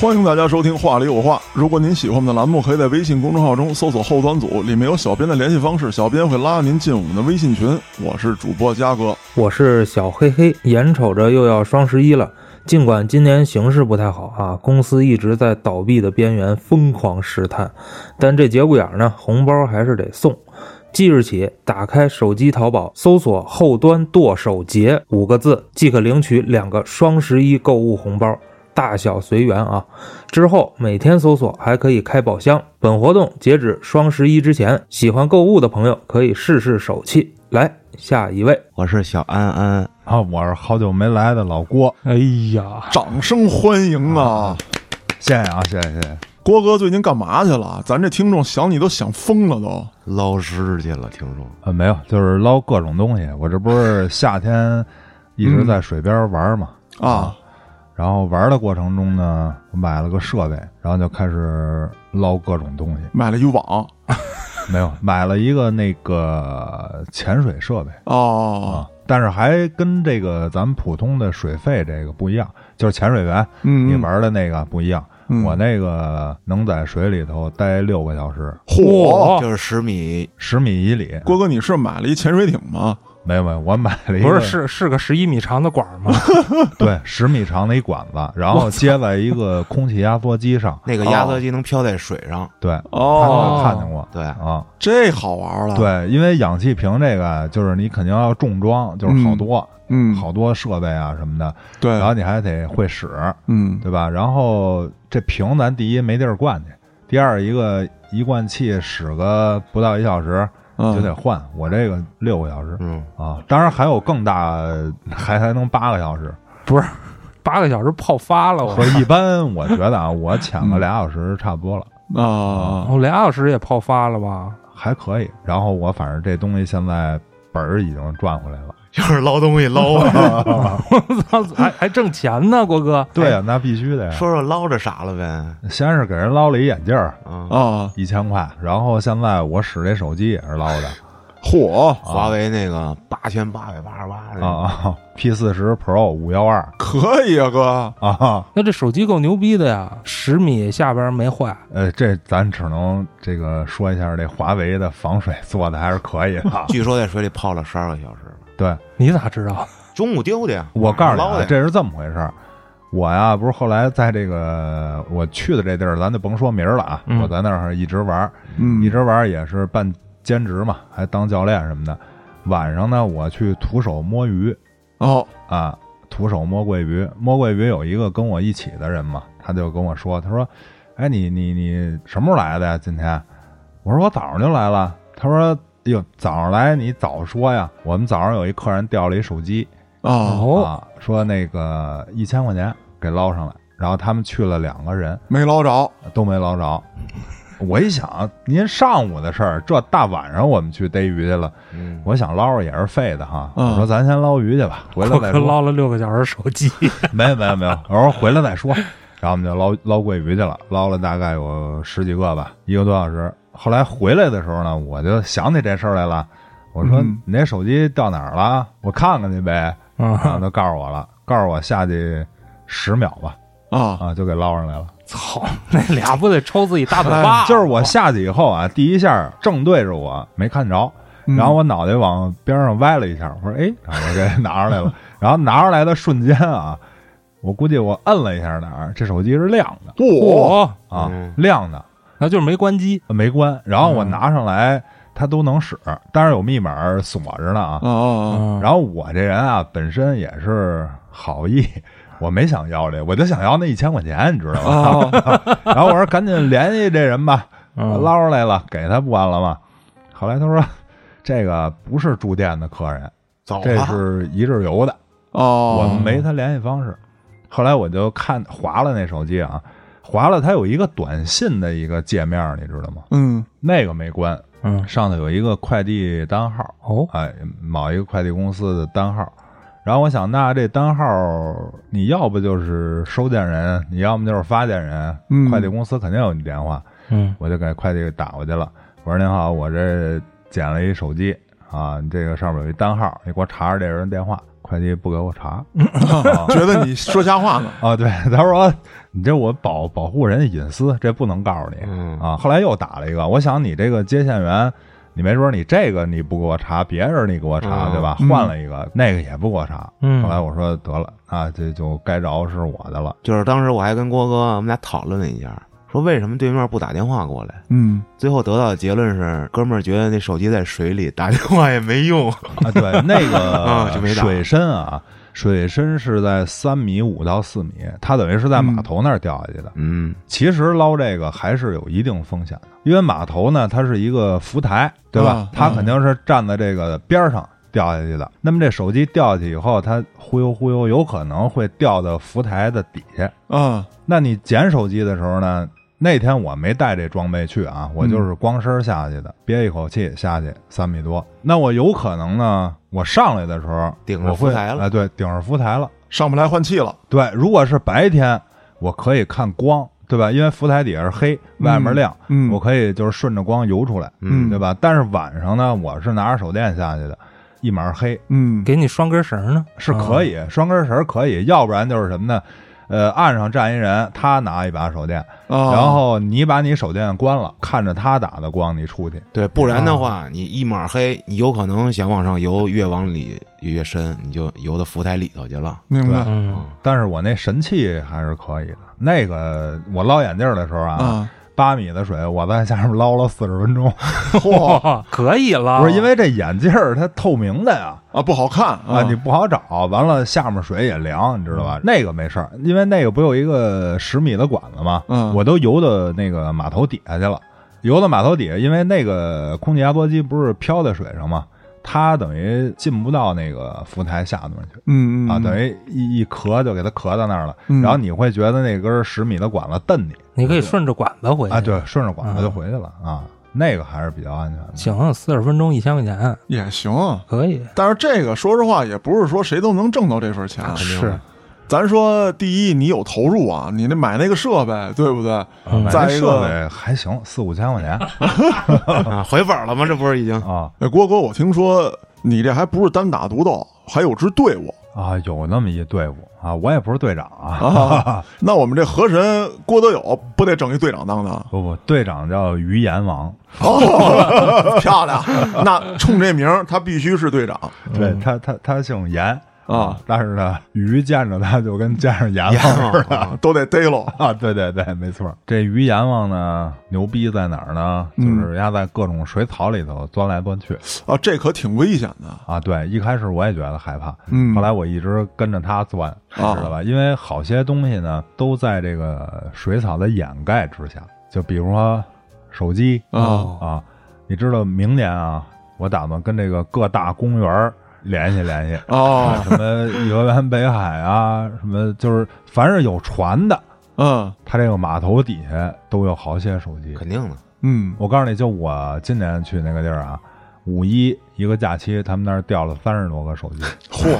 欢迎大家收听《话里有话》。如果您喜欢我们的栏目，可以在微信公众号中搜索“后端组”，里面有小编的联系方式，小编会拉您进我们的微信群。我是主播嘉哥，我是小黑黑。眼瞅着又要双十一了，尽管今年形势不太好啊，公司一直在倒闭的边缘疯狂试探，但这节骨眼儿呢，红包还是得送。即日起，打开手机淘宝，搜索“后端剁手节”五个字，即可领取两个双十一购物红包，大小随缘啊。之后每天搜索还可以开宝箱。本活动截止双十一之前，喜欢购物的朋友可以试试手气。来，下一位，我是小安安，啊，我是好久没来的老郭，哎呀，掌声欢迎啊！谢谢啊，谢谢谢谢。郭哥最近干嘛去了？咱这听众想你都想疯了都。捞尸去了，听说呃，没有，就是捞各种东西。我这不是夏天一直在水边玩嘛，啊，然后玩的过程中呢，我买了个设备，然后就开始捞各种东西。买了一网没有，买了一个那个潜水设备哦，啊，但是还跟这个咱们普通的水费这个不一样，就是潜水员嗯，你玩的那个不一样。嗯我那个能在水里头待六个小时，嚯！就是十米，，十米以里。郭哥，你是买了一潜水艇吗？没有没有，我买了一不个是是是个十一米长的管儿吗？ 对，十米长的一管子，然后接在一个空气压缩机上那个压缩机能飘在水上，对，哦他看见过对，啊，这好玩了。，对，因为氧气瓶这个就是你肯定要重装，就是好多、嗯，，好多设备啊什么的，对然，后你还得会使，嗯，对吧？然后这瓶咱第一没地儿灌去，第二一个一灌气使个不到一小时就嗯得换，我这个六个小时嗯，啊，当然还有更大，还还能八个小时。八个小时泡发了，我 所以一般我觉得啊，我潜嗯个俩小时差不多了。啊，我俩小时也泡发了吧？还可以。然后我反正这东西现在本儿已经赚回来了。就是捞东西捞。啊操，还还挣钱呢，郭哥。对呀、那必须的呀。说说捞着啥了呗？先是给人捞了一眼镜儿，嗯，啊，一千块，然后现在我使这手机也是捞的嚯，华为那个八千八百八十八啊啊，P 四十 Pro 五幺二可以啊，哥，啊，那这手机够牛逼的呀，十米下边没坏，呃，这咱只能这个说一下，这华为的防水做的还是可以 的。据说在水里泡了十二个小时，对你咋知道？中午丢的呀。我告诉你、捞啊的，呀，这是这么回事儿。我呀，不是后来在这个我去的这地儿，咱就甭说名儿了啊。嗯我在那儿一直玩，嗯，一直玩儿也是办兼职嘛，还当教练什么的。晚上呢，我去徒手摸鱼哦，啊，徒手摸桂鱼。摸桂鱼有一个跟我一起的人嘛，他就跟我说，他说：“哎，你你你什么时候来的呀？今天？”我说：“我早上就来了。”他说：“哟，早上来你早说呀！我们早上有一客人掉了一手机啊，哦，啊，说那个一千块钱给捞上来，然后他们去了两个人，没捞着，都没捞着。我一想，您上午的事儿，这大晚上我们去逮鱼去了，嗯，我想捞着也是费的哈。嗯我说咱先捞鱼去吧， 回来郭再哥说。捞了六个小时手 机，没有没有没有，我说回来再说。然后我们就捞捞桂鱼去了，捞了大概有十几个吧，一个多小时。后来回来的时候呢，我就想起这事儿来了。我说、嗯啊你那手机掉哪儿了？我看看去呗。然后嗯，他告诉我了，告诉我下去十秒吧，啊，啊，就给捞上来了。操，那俩不得抽自己大嘴巴？哎啊哦就是我下去以后啊，第一下正对着我没看着，嗯然后我脑袋往边上歪了一下，我说哎，然后我给拿出来了，然后拿出来的瞬间啊，我估计我摁了一下哪儿，这手机是亮的嚯，嚯，啊，嗯亮的那就是没关机。没关，然后我拿上来它都能使，当然有密码锁着呢啊啊，啊，嗯，然后我这人啊本身也是好意。 我没想要这，我就想要那一千块钱，你知道吗？啊， 然后我说赶紧联系这人吧，哦嗯捞出来了，给他不完了吗？后来他说，这个不是住店的客人，哦走这了，是一日游的，我哦，没他联系方式。后来我就看划了那手机啊，划了它有一个短信的一个界面，你知道吗？嗯，那个没关，嗯，上头有一个快递单号，哦，哎，某一个快递公司的单号。然后我想，那这单号你要不就是收件人，你要么就是发件人，嗯快递公司肯定有你电话。嗯我就给快递打过去了。我说您好，我这捡了一手机啊，你这个上面有一单号，你给我查查这人电话。会计不给我查觉得你说瞎话 呢。啊，对，他说你这我保保护人家隐私，这不能告诉你嗯啊。后来又打了一个，我想你这个接线员，你没准你这个你不给我查，别人你给我查，嗯对吧？嗯换了一个，那个也不给我查。嗯后来我说得了，啊，这就该着是我的了。就是当时我还跟郭哥我们俩讨论了一下，说为什么对面不打电话过来？嗯，最后得到的结论是，哥们儿觉得那手机在水里，打电话也没用。啊，对， 那啊就个没打水深啊，水深是在三米五到四米，它等于是在码头那儿掉下去的。嗯其实捞这个还是有一定风险的，因为码头呢，它是一个浮台，对吧？啊它肯定是站在这个边儿上掉下去的。那么这手机掉下去以后，它忽悠忽悠，有可能会掉到浮台的底下。啊，那你捡手机的时候呢？那天我没带这装备去啊，我就是光身下去的，憋一口气下去三米多。那我有可能呢，我上来的时候顶着我会浮台了哎，对，顶着浮台了。上不来换气了。对，如果是白天，我可以看光，对吧？因为浮台底下是黑，外面亮，嗯我可以就是顺着光游出来，嗯对吧？但是晚上呢，我是拿着手电下去的，一码黑嗯，给你拴根绳呢，是可啊以，双根绳儿可以，要不然就是什么呢？呃，岸上站一人，他拿一把手电，啊，然后你把你手电关了，看着他打的光，你出去。对，不然的话，你一码黑，你有可能想往上游，越往里越深，你就游到浮台里头去了。明白嗯但是我那神器还是可以的，那个我捞眼镜儿的时候啊，啊，八、米的水，我在下面捞了四十分钟。嚯哇，哦可以了，不是因为这眼镜儿它透明的呀，啊，不好看啊，你不好找。完了，下面水也凉，你知道吧？那个没事儿，因为那个不有一个十米的管子吗？嗯我都游到那个码头底下去了，游到码头底下，因为那个空气压缩机不是漂在水上吗？它等于进不到那个浮台下面去嗯嗯啊，等于于一一咳就给它咳到那儿了。嗯然后你会觉得那根十米的管子蹬你你可以顺着管子回去啊，对，顺着管子就回去了啊，那个还是比较安全的。行，四十分钟一千块钱也行。可以，但是这个说实话，也不是说谁都能挣到这份钱。是咱说，第一，你有投入啊，你那买那个设备，对不对？啊买再这一设个备还行，四五千块 钱啊，回本了吗？这不是已经？啊哎，郭哥，我听说你这还不是单打独斗，还有支队伍啊，有那么一队伍啊，我也不是队长啊，啊。那我们这河神郭德友不得整一队长当当？不不，队长叫于阎王， 哦，漂亮！那冲这名儿，他必须是队长对他他他姓阎啊，但是呢，于见着他就跟见着阎阎王王似的啊，都得逮 喽。啊，对对对，没错。这于阎王呢，牛逼在哪儿呢？就嗯是压在各种水草里头钻来钻去啊，这可挺危险的。啊。对，一开始我也觉得害怕，嗯，后来我一直跟着他钻，知道吧？因为好些东西呢，都在这个水草的掩盖之下，就比如说手机啊，啊，你知道明年啊，我打算跟这个各大公园儿联系联系， 哦，什么颐和园北海啊，什么就是凡是有船的，嗯它这个码头底下都有好些手机。肯定的。嗯，我告诉你，就我今年去那个地儿啊，五一一个假期，他们那儿掉了三十多个手机。 嚯，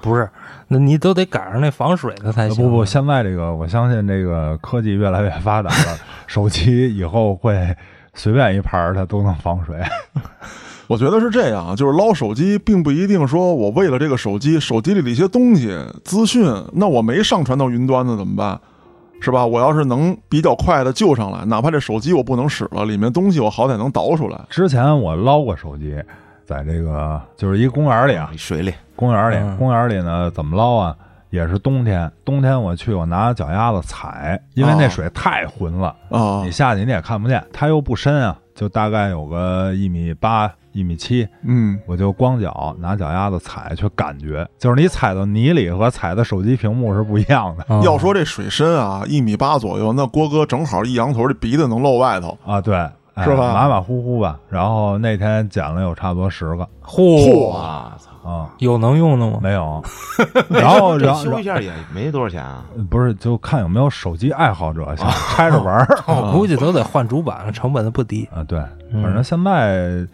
不是？那你都得赶上那防水的才呃行。啊不不，现在这个我相信这个科技越来越发达了，手机以后会 随便一盘儿它都能防水。 我觉得是这样，啊就是捞手机，并不一定说我为了这个手机，手机里的一些东西资讯，那我没上传到云端的怎么办？是吧？我要是能比较快的救上来，哪怕这手机我不能使了，里面东西我好歹能倒出来。之前我捞过手机，在这个就是一公园里啊，水里公园里，嗯公园里呢怎么捞啊？也是冬天，冬天我去，我拿脚丫子踩，因为哦那水太浑了，啊你，下去你也看不见，它又不深啊，就大概有个一米八、一米七，嗯，我就光脚拿脚丫子踩去感觉，就是你踩到泥里和踩到手机屏幕是不一样的嗯要说这水深啊，一米八左右，那郭哥正好一扬头，这鼻子能露外头。啊，对，哎是吧马马虎虎吧。然后那天捡了有差不多十个嚯，哇操！啊，有能用的吗？没 有，然后这然后修一下也没多少钱啊。不是就看有没有手机爱好者啊想拆着玩儿。 我哦估计都得换主板，成本不低。啊，对，嗯反正现在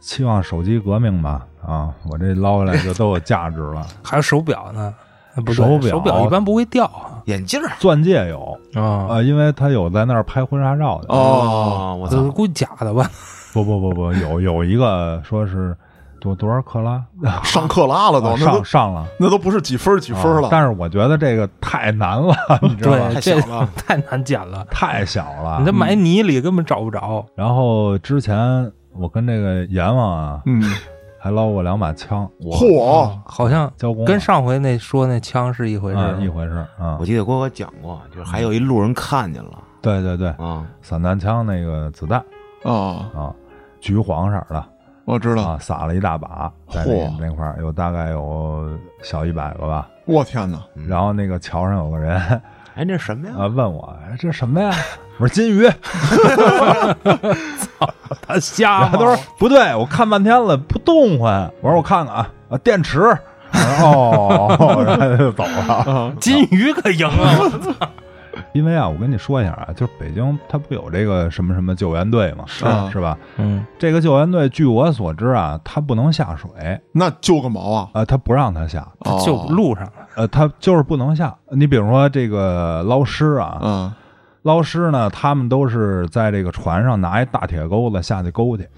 期望手机革命吧，啊，我这捞回来就都有价值 了。还有手表呢，哎不对手表手表一般不会掉啊。眼镜儿钻戒有呃啊，啊，因为他有在那儿拍婚纱照的，哦，我这是操！呃估计假的吧？不不不不，有有一个说是多多少克拉，上克拉了都，啊哦那上都上了那都不是几分儿几分儿啊了。但是我觉得这个太难了，你知道吧？ 对，太这啊小 了太难捡了，太小了。你这埋泥里根本找不着。然后之前我跟这个阎王啊，嗯，还捞过两把枪，嚯，好像交工跟上回那说那枪是一回事啊儿一。回事啊我。记得郭哥讲过，就是还有一路人看见了对对对，啊，散弹枪那个子弹啊，啊，橘黄色的我知道，啊，撒了一大把在那嚯那块儿，有大概有小一百个吧。我天哪，嗯然后那个桥上有个人啊哎，那什么呀？问我哎这什么呀？我说金鱼，他瞎 然后吗？他说不对，我看半天了不动换。我说我看看啊，啊电池。 我说哦，然后 就走了。啊， 金鱼可赢啊了，因为啊，我跟你说一下啊，就是北京它不有这个什么什么救援队嘛，是啊是吧？嗯，这个救援队据我所知啊，它不能下水，那救个毛啊！呃，它不让它下，哦 就路上了，呃，它就是不能下。你比如说这个捞尸啊，嗯，捞尸呢，他们都是在这个船上拿一大铁钩子下去勾去，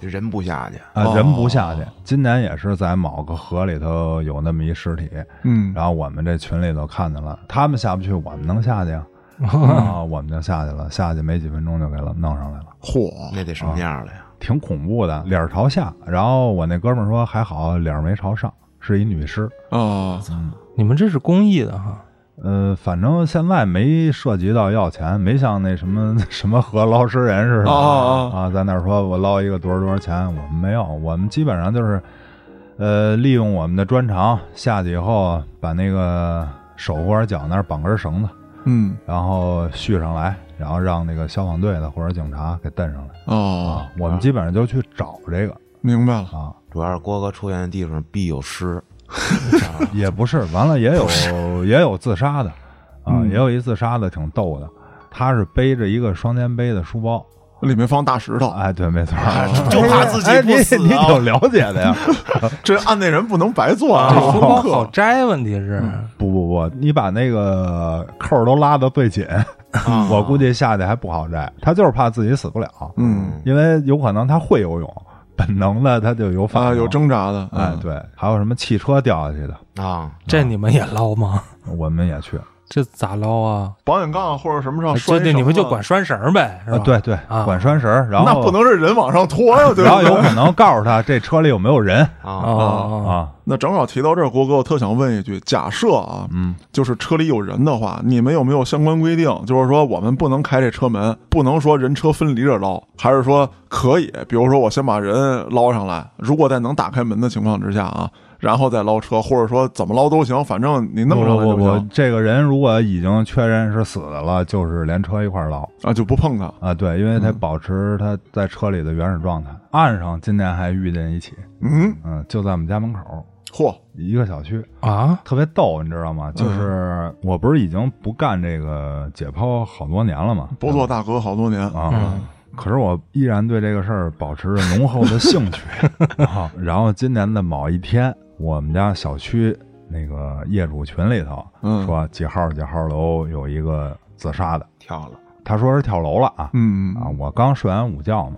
人不下去，啊、哦人不下去。今年也是在某个河里头有那么一尸体，嗯，然后我们这群里头看见了，他们下不去，我们能下去啊，啊，我们就下去了，下去没几分钟就给了弄上来了，嚯，那得什么样了呀？挺恐怖的，脸儿朝下。然后我那哥们儿说还好脸儿没朝上，是一女尸。啊，你们这是公益的哈，呃，反正现在没涉及到要钱，没像那什么 什么河捞尸人似的哦哦哦啊，在那儿说我捞一个多少多少钱，我们没有，我们基本上就是，呃，利用我们的专长下去以后，把那个手或者脚那儿绑根绳子，嗯，然后续上来，然后让那个消防队的或者警察给蹬上来哦，。我们基本上就去找这个明白了，啊，主要是郭哥出现的地方必有尸，也不是，完了也有也有自杀的啊，嗯也有一自杀的挺逗的，他是背着一个双肩背的书包，里面放大石头，哎，对，没错儿，就怕自己哎，你不死你啊！挺了解的呀， 这案内人不能白做啊，这书包功好课摘，问题是不不不，你把那个扣儿都拉得最紧，我估计下去还不好摘，他就是怕自己死不了，嗯，因为有可能他会游泳，本能的他就有反啊，应，有挣扎的，哎嗯，对，还有什么汽车掉下去的，啊，这你们也捞吗？我们也去，这咋捞啊？保险杠或者什么哎上这拴，这你们就管，拴绳儿呗，是吧啊？，对对啊，管栓绳儿，然啊那后不能是人往上拖 啊呀，对然吧后？有可能告诉他这车里有没有 人哦啊，哦哦，啊。那正好提到这儿，郭哥，我特想问一句，假设啊，嗯，就是车里有人的话，你们有没有相关规定？就是说我们不能开这车门，不能说人车分离着捞，还是说可以？比如说我先把人捞上来，如果在能打开门的情况之下啊，然后再捞车，或者说怎么捞都行，反正你弄上来我就我行我这个人如果已经确认是死的了，就是连车一块儿捞啊，就不碰它。啊。对，因为嗯他保持他在车里的原始状态。岸上今年还遇见一起，嗯，嗯，就在我们家门口嚯，一个小区，啊，特别逗，你知道吗？就是嗯我不是已经不干这个解剖好多年了吗？包做大哥好多年，啊。嗯可是我依然对这个事儿保持着浓厚的兴趣 啊。然后今年的某一天，我们家小区那个业主群里头嗯啊说几号几号楼有一个自杀的，跳了，他说是跳楼了啊嗯啊！我刚睡完午觉嘛，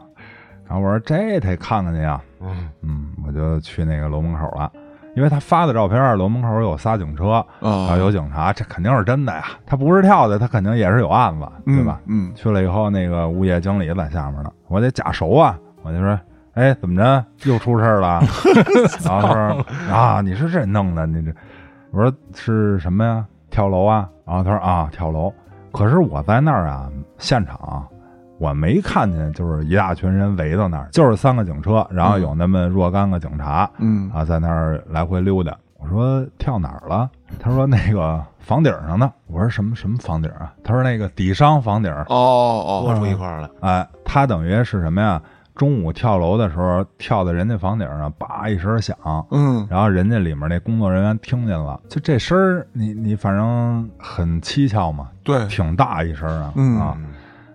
然后我说这得看看去啊，嗯，嗯，我就去那个楼门口了。因为他发的照片，楼门口有仨警车，啊，啊，有警察，这肯定是真的呀。他不是跳的，他肯定也是有案子，对吧？嗯？去了以后，那个物业经理在下面呢，我得假熟啊，我就说，哎，怎么着又出事儿了？然后说啊，你是这弄的，你这，我说是什么呀？跳楼啊？然后他说啊，跳楼。可是我在那儿啊，现场啊我没看见，就是一大群人围到那儿，就是三个警车，然后有那么若干个警察，嗯啊，在那儿来回溜达。我说跳哪儿了？他说那个房顶上呢。我说什么什么房顶啊？他说那个底商房顶。嗯，哦多出一块儿来，哎，他等于是什么呀？中午跳楼的时候跳到人家房顶上，叭一声响，哦，嗯然后人家里面那工作人员听见了，就这声儿，你你反正很蹊跷嘛，对，挺大一声啊、嗯啊！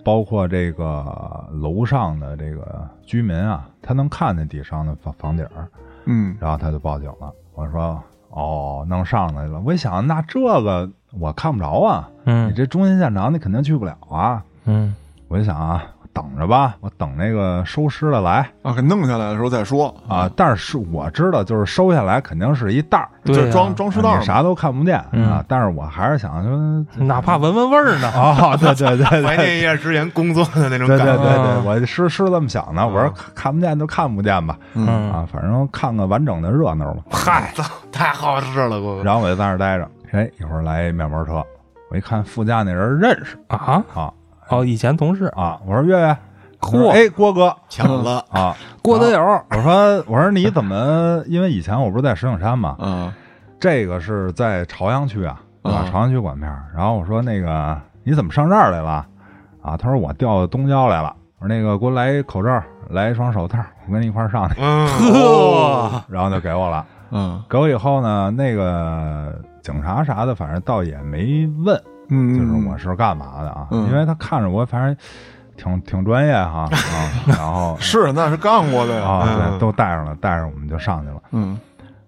包括这个楼上的这个居民啊，他能看见底商的房房顶儿，嗯然后他就报警了。我说哦，弄上来了。我一想，那这个我看不着啊，你嗯这中心现场你肯定去不了啊。嗯我就想啊，等着吧，我等那个收尸的来啊，给弄下来的时候再说啊。但是我知道，就是收下来肯定是一袋儿，对就呀装装尸袋啊儿你嘛。啥都看不见嗯啊。但是我还是想说，哪怕闻闻味儿呢。 哦，对对对怀对念一下之前工作的那种对对感对觉。对，我是是这么想的，我说看看不见就看不见吧，嗯，嗯，啊，反正看个完整的热闹吧。嗨，操， 太好吃了，哥哥。然后我就在那儿待着，哎，一会儿来一面包车，我一看副驾那人认识啊，啊哦，以前同事啊，我说月月，嚯哎郭哥巧了，啊，郭德友，我说我说你怎么？因为以前我不是在石景山嘛，啊这个是在朝阳区啊，对吧啊？朝阳区管片儿。然后我说那个你怎么上这儿来了？啊，他说我调东郊来了。我说那个给我来一口罩，来一双手套，我跟你一块儿上去。 嗯，哦呵，然后就给我了，啊给我以后呢，那个警察啥的，反正倒也没问，嗯，就是我是干嘛的啊？嗯因为他看着我，反正挺挺专业哈啊，然 后是那是干过的呀，啊，嗯对，都带上了，带上我们就上去了。嗯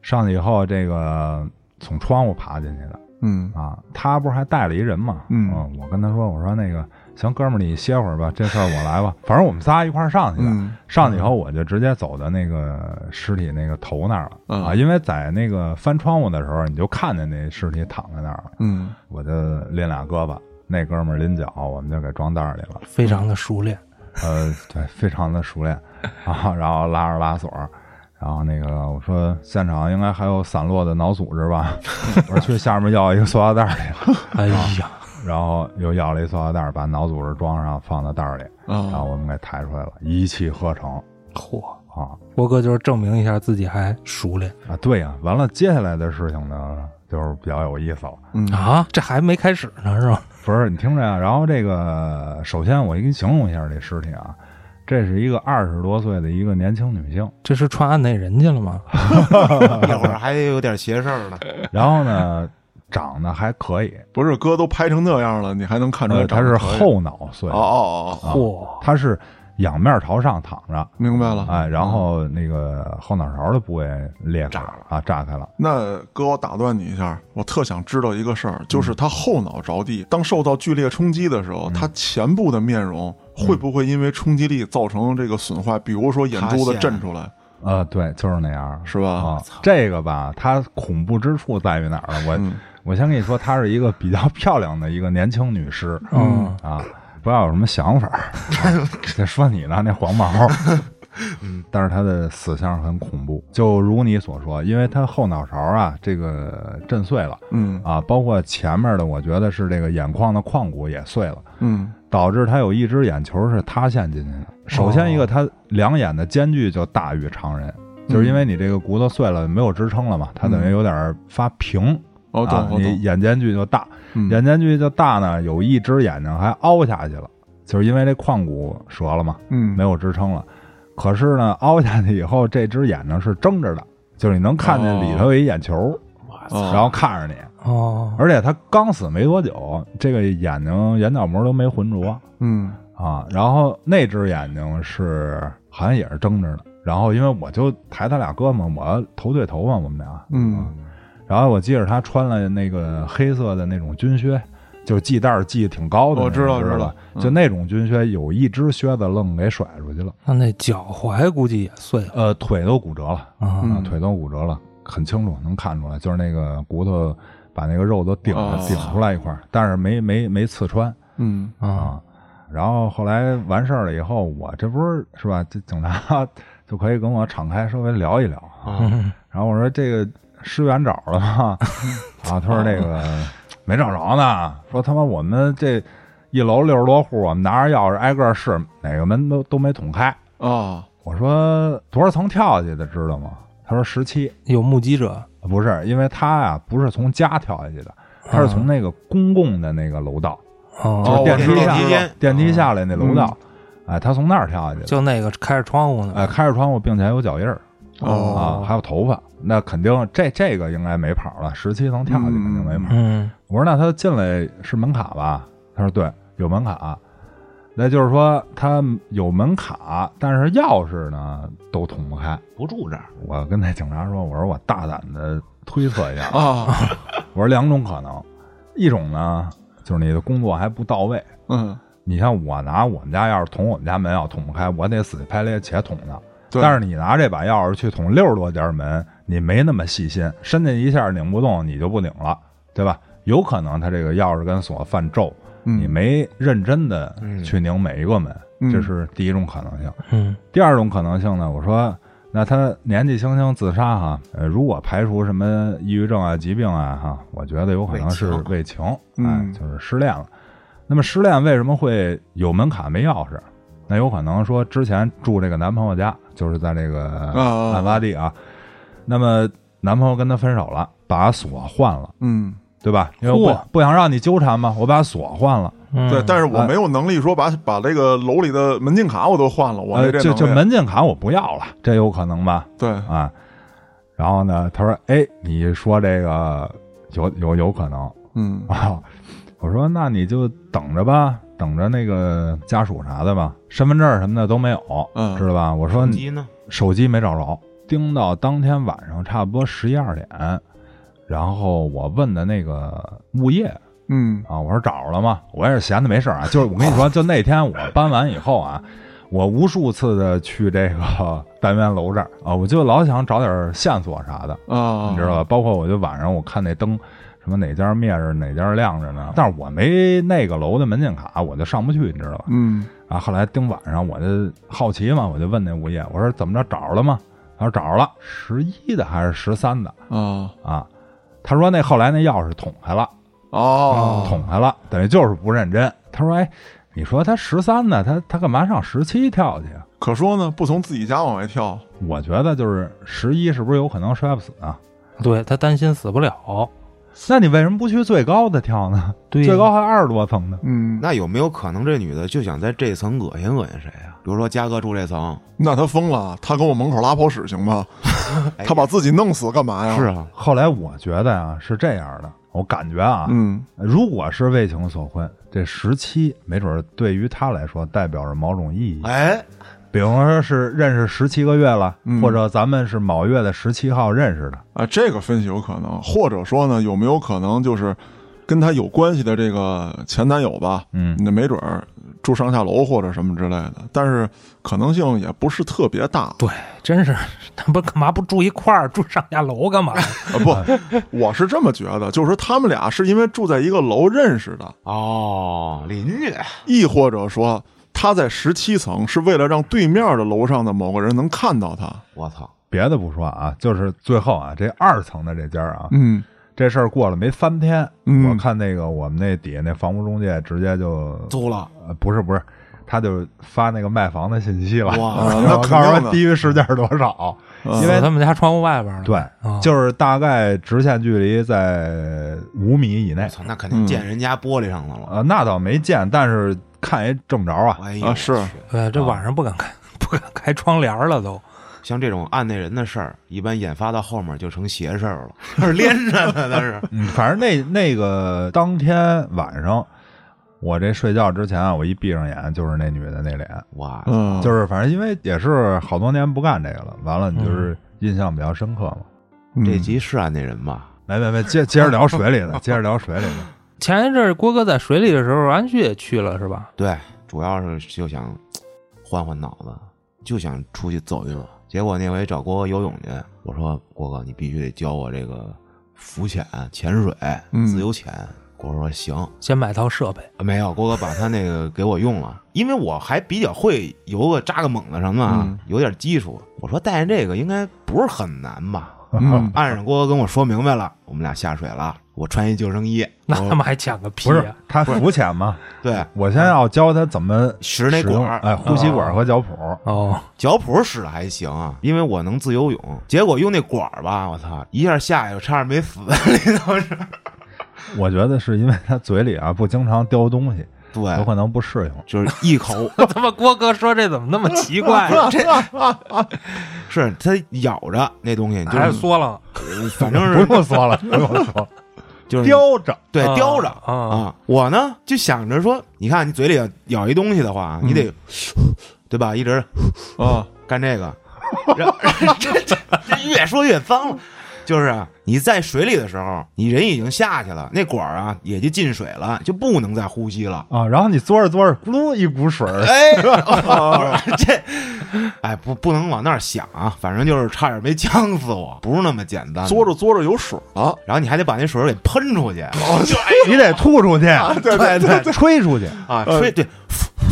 上去以后，这个从窗户爬进去的嗯啊，他不是还带了一人嘛？嗯我跟他说，我说那个行，哥们儿，你歇会儿吧，这事儿我来吧。反正我们仨一块儿上去的。嗯上去以后，我就直接走到那个尸体那个头那儿了、嗯啊，因为在那个翻窗户的时候，你就看见那尸体躺在那儿了。嗯，我就拎俩胳膊，那哥们儿拎脚，我们就给装袋儿里了。非常的熟练。呃，对，非常的熟练啊，然后拉着拉锁儿，然后那个我说现场应该还有散落的脑组织吧， 我说去下面要一个塑料袋儿去，哎呀，然后又要了一塑料袋儿，把脑组织装上放到袋儿里，然后啊，我们给抬出来了，一气呵成嚯，啊郭哥就是证明一下自己还熟练啊，对呀、完了接下来的事情呢，就是比较有意思了。嗯啊，这还没开始呢是吧？不是你听着啊呀、然后这个，首先我给你形容一下这尸体啊，这是一个二十多岁的一个年轻女性，这是串案内人去了吗？一会儿还得有点邪事儿呢。嗯然后呢，长得还可以，不是哥都拍成那样了，你还能看出来嗯呃，长她得是可以后啊脑碎哦，哦啊哦，嚯，她是仰面朝上躺着，明白了。哎，然后那个后脑勺的部位裂开了啊，炸开了，那哥，我打断你一下，我特想知道一个事儿，就是嗯他后脑着地，当受到剧烈冲击的时候，他前部的面容嗯会不会因为冲击力造成这个损坏？比如说眼珠子震出来，呃，对，就是那样。是吧？啊，这个吧，它恐怖之处在于哪儿呢？我、嗯我先跟你说，她是一个比较漂亮的一个年轻女尸，嗯啊，不要有什么想法儿。啊再说你呢，那黄毛。但是他的死相很恐怖，就如你所说，因为他后脑勺啊，这个震碎了嗯啊，包括前面的，我觉得是这个眼眶的眶骨也碎了，嗯导致他有一只眼球是塌陷进去的。首先哦一个，他两眼的间距就大于常人，就是因为你这个骨头碎了，没有支撑了嘛，他等于有点发平、我嗯啊哦懂，我你懂。眼间距就大。嗯眼间距就大呢，有一只眼睛还凹下去了，就是因为这眶骨折了嘛，嗯没有支撑了。可是呢，凹下去以后，这只眼睛是睁着的，就是你能看见哦里头有一眼球，哦然后看着你。哦，而且他刚死没多久，这个眼睛眼角膜都没浑浊嗯啊。然后那只眼睛是好像也是睁着的。然后因为我就抬他俩胳膊，我头对头嘛，我们俩，嗯然后我记着他穿了那个黑色的那种军靴，就是系带儿系得挺高的那种，我知道知知吧道？嗯就那种军靴，有一只靴子愣给甩出去了，那那脚踝估计也碎了呃，腿都骨折了，啊嗯啊，腿都骨折了，很清楚能看出来，就是那个骨头把那个肉都顶哦顶出来一块儿，但是没没没刺穿嗯啊啊。然后后来完事儿了以后，我这不是是吧？这警察就可以跟我敞开稍微聊一聊啊。嗯然后我说这个尸源找着了吗？ 啊，他说那个没找着呢。说他妈我们这一楼六十多户，我们拿着钥匙挨个试，哪个门都都没捅开。啊我说多少层跳下去的知道吗？他说十七，有目击者，不是，因为他呀、不是从家跳下去的，他是从那个公共的那个楼道，哦就是哦电梯我知道下、电梯间电梯下来那楼道，哎，他从那儿跳下去的，就那个开着窗户哎，呢，开着窗户并且有脚印儿。啊，哦，还有头发，那肯定这这个应该没跑了，十七层跳下去肯定没跑。嗯我说那他进来是门卡吧？他说对，有门卡。那就是说他有门卡，但是钥匙呢都捅不开。不住这儿，我跟那警察说，我说我大胆的推测一下，啊我说两种可能，一种呢就是你的工作还不到位，嗯你像我拿我们家钥匙捅我们家门要捅不开，我得死乞白赖且捅它。对但是你拿这把钥匙去捅六十多家门，你没那么细心，伸进一下拧不动，你就不拧了，对吧？有可能它这个钥匙跟锁犯咒，嗯你没认真的嗯去拧每一个门，嗯这是第一种可能性。嗯第二种可能性呢，我说，那他年纪轻轻自杀哈，呃，如果排除什么抑郁症啊、疾病啊哈，我觉得有可能是为情为情，哎嗯，就是失恋了。那么失恋为什么会有门槛没钥匙？那有可能说之前住这个男朋友家，就是在这个啊案发地啊，那么男朋友跟她分手了，把锁换了，嗯，对吧？因为我嚯不不想让你纠缠嘛，我把锁换了。嗯，对，但是我哎没有能力说把把这个楼里的门禁卡我都换了，我没呃，这就就能力。门禁卡我不要了，这有可能吧？对，啊。然后呢，他说：“哎，你说这个有有有可能嗯啊？”我说：“那你就等着吧，等着那个家属啥的吧，身份证什么的都没有，嗯知道吧？”我说手：“机呢？手机没找着，盯到当天晚上差不多十一二点，然后我问的那个物业嗯啊，我说找着了吗？我也是闲的没事儿啊，就是我跟你说，就那天我搬完以后啊，我无数次的去这个 单元楼这儿啊，我就老想找点线索啥的，啊，你知道吧？包括我就晚上我看那灯，什么哪家灭着哪家亮着呢，但是我没那个楼的门禁卡，我就上不去，你知道吧？嗯啊，后来盯晚上我就好奇嘛，我就问那物业，我说怎么着找着了吗？他说找着了，十一的还是十三的啊啊？他说那后来那钥匙捅开了。哦，捅开了，等于就是不认真。他说：“哎，你说他十三呢，他他干嘛上十七跳去啊？可说呢，不从自己家往外跳，我觉得就是十一是不是有可能摔不死啊？对他担心死不了，那你为什么不去最高的跳呢？对呀最高还二十多层呢。嗯，那有没有可能这女的就想在这层恶心恶心谁啊？比如说嘉哥住这层，那他疯了，他跟我门口拉泡屎行吗？他把自己弄死干嘛呀？是，啊，后来我觉得啊是这样的，我感觉啊，嗯如果是为情所困，这十七没准对于他来说代表着某种意义。哎，比方说是认识十七个月了，嗯或者咱们是某月的十七号认识的。啊，这个分析有可能，或者说呢，有没有可能就是跟他有关系的这个前男友吧？嗯那没准儿住上下楼或者什么之类的，但是可能性也不是特别大啊、对，真是他不干嘛不住一块儿，住上下楼干嘛？呃啊不，我是这么觉得，就是说他们俩是因为住在一个楼认识的，哦，邻居，亦或者说他在十七层是为了让对面的楼上的某个人能看到他。我操，别的不说啊，就是最后啊，这二层的这家啊，嗯这事儿过了没三天，嗯我看那个我们那底下那房屋中介直接就租了，呃不是不是，他就发那个卖房的信息了，哇 然后那肯定告的嗯诉他低于市价是多少， 因死为他们家窗户外边儿了。对，啊就是大概直线距离在五米以内我，操，那肯定溅人家玻璃上了了。呃，那倒没见，但是看一正着啊，哎呦，啊我是去对，呃这晚上不敢开， 不敢开窗帘儿了都。像这种按那人的事儿，一般引发到后面就成邪事儿了， 是连着的，但是嗯，反正那那个当天晚上，我这睡觉之前啊，我一闭上眼就是那女的那脸，哇，嗯，就是是反正因为也是好多年不干这个了，完了你就是印象比较深刻嘛。嗯这集是按那人吧？没没没，接接着聊水里的，接着聊水里的。前一阵儿郭哥在水里的时候，安旭也去了是吧？对，主要是就想换换脑子，就想出去走一走。结果那回找郭哥游泳去，我说郭哥，你必须得教我这个浮潜、潜水、嗯自由潜。郭哥说行，先买套设备。啊没有，郭哥把他那个给我用了，因为我还比较会游个扎个猛的什么啊，嗯有点基础。我说带着这个应该不是很难吧？嗯岸上郭哥跟我说明白了，我们俩下水了，我穿一救生衣，那我他妈还抢个屁啊哦不是呀、他浮潜嘛？对我先要教他怎么使那使管用儿，嗯啊哎，呼吸管和脚蹼。哦，脚蹼使的还行啊，因为我能自由泳。结果用那管儿吧，我操，一下下去我差点没死 里头是。我觉得是因为他嘴里啊不经常叼东西，有对，可能不适应。就是一口， 他妈郭哥说这怎么那么奇怪、啊 是它咬着那东西，就还是是缩 了呃反正是不用说了，不用说，就是叼着。对啊叼着啊我呢就想着说，你看你嘴里咬一东西的话，你得、对吧，一直啊， 干这个，然后这这这越说越脏了。就是啊你在水里的时候，你人已经下去了，那管儿啊也就进水了，就不能再呼吸了。啊，然后你嘬着嘬着，咕噜一股水儿，哎，这，哎，不不能往那儿想啊，反正就是差点没呛死我，不是那么简单的。嘬着嘬着有水啊了，然后你还得把那水儿给喷出去，哦 你得吐出去，对对对吹出去啊，吹对，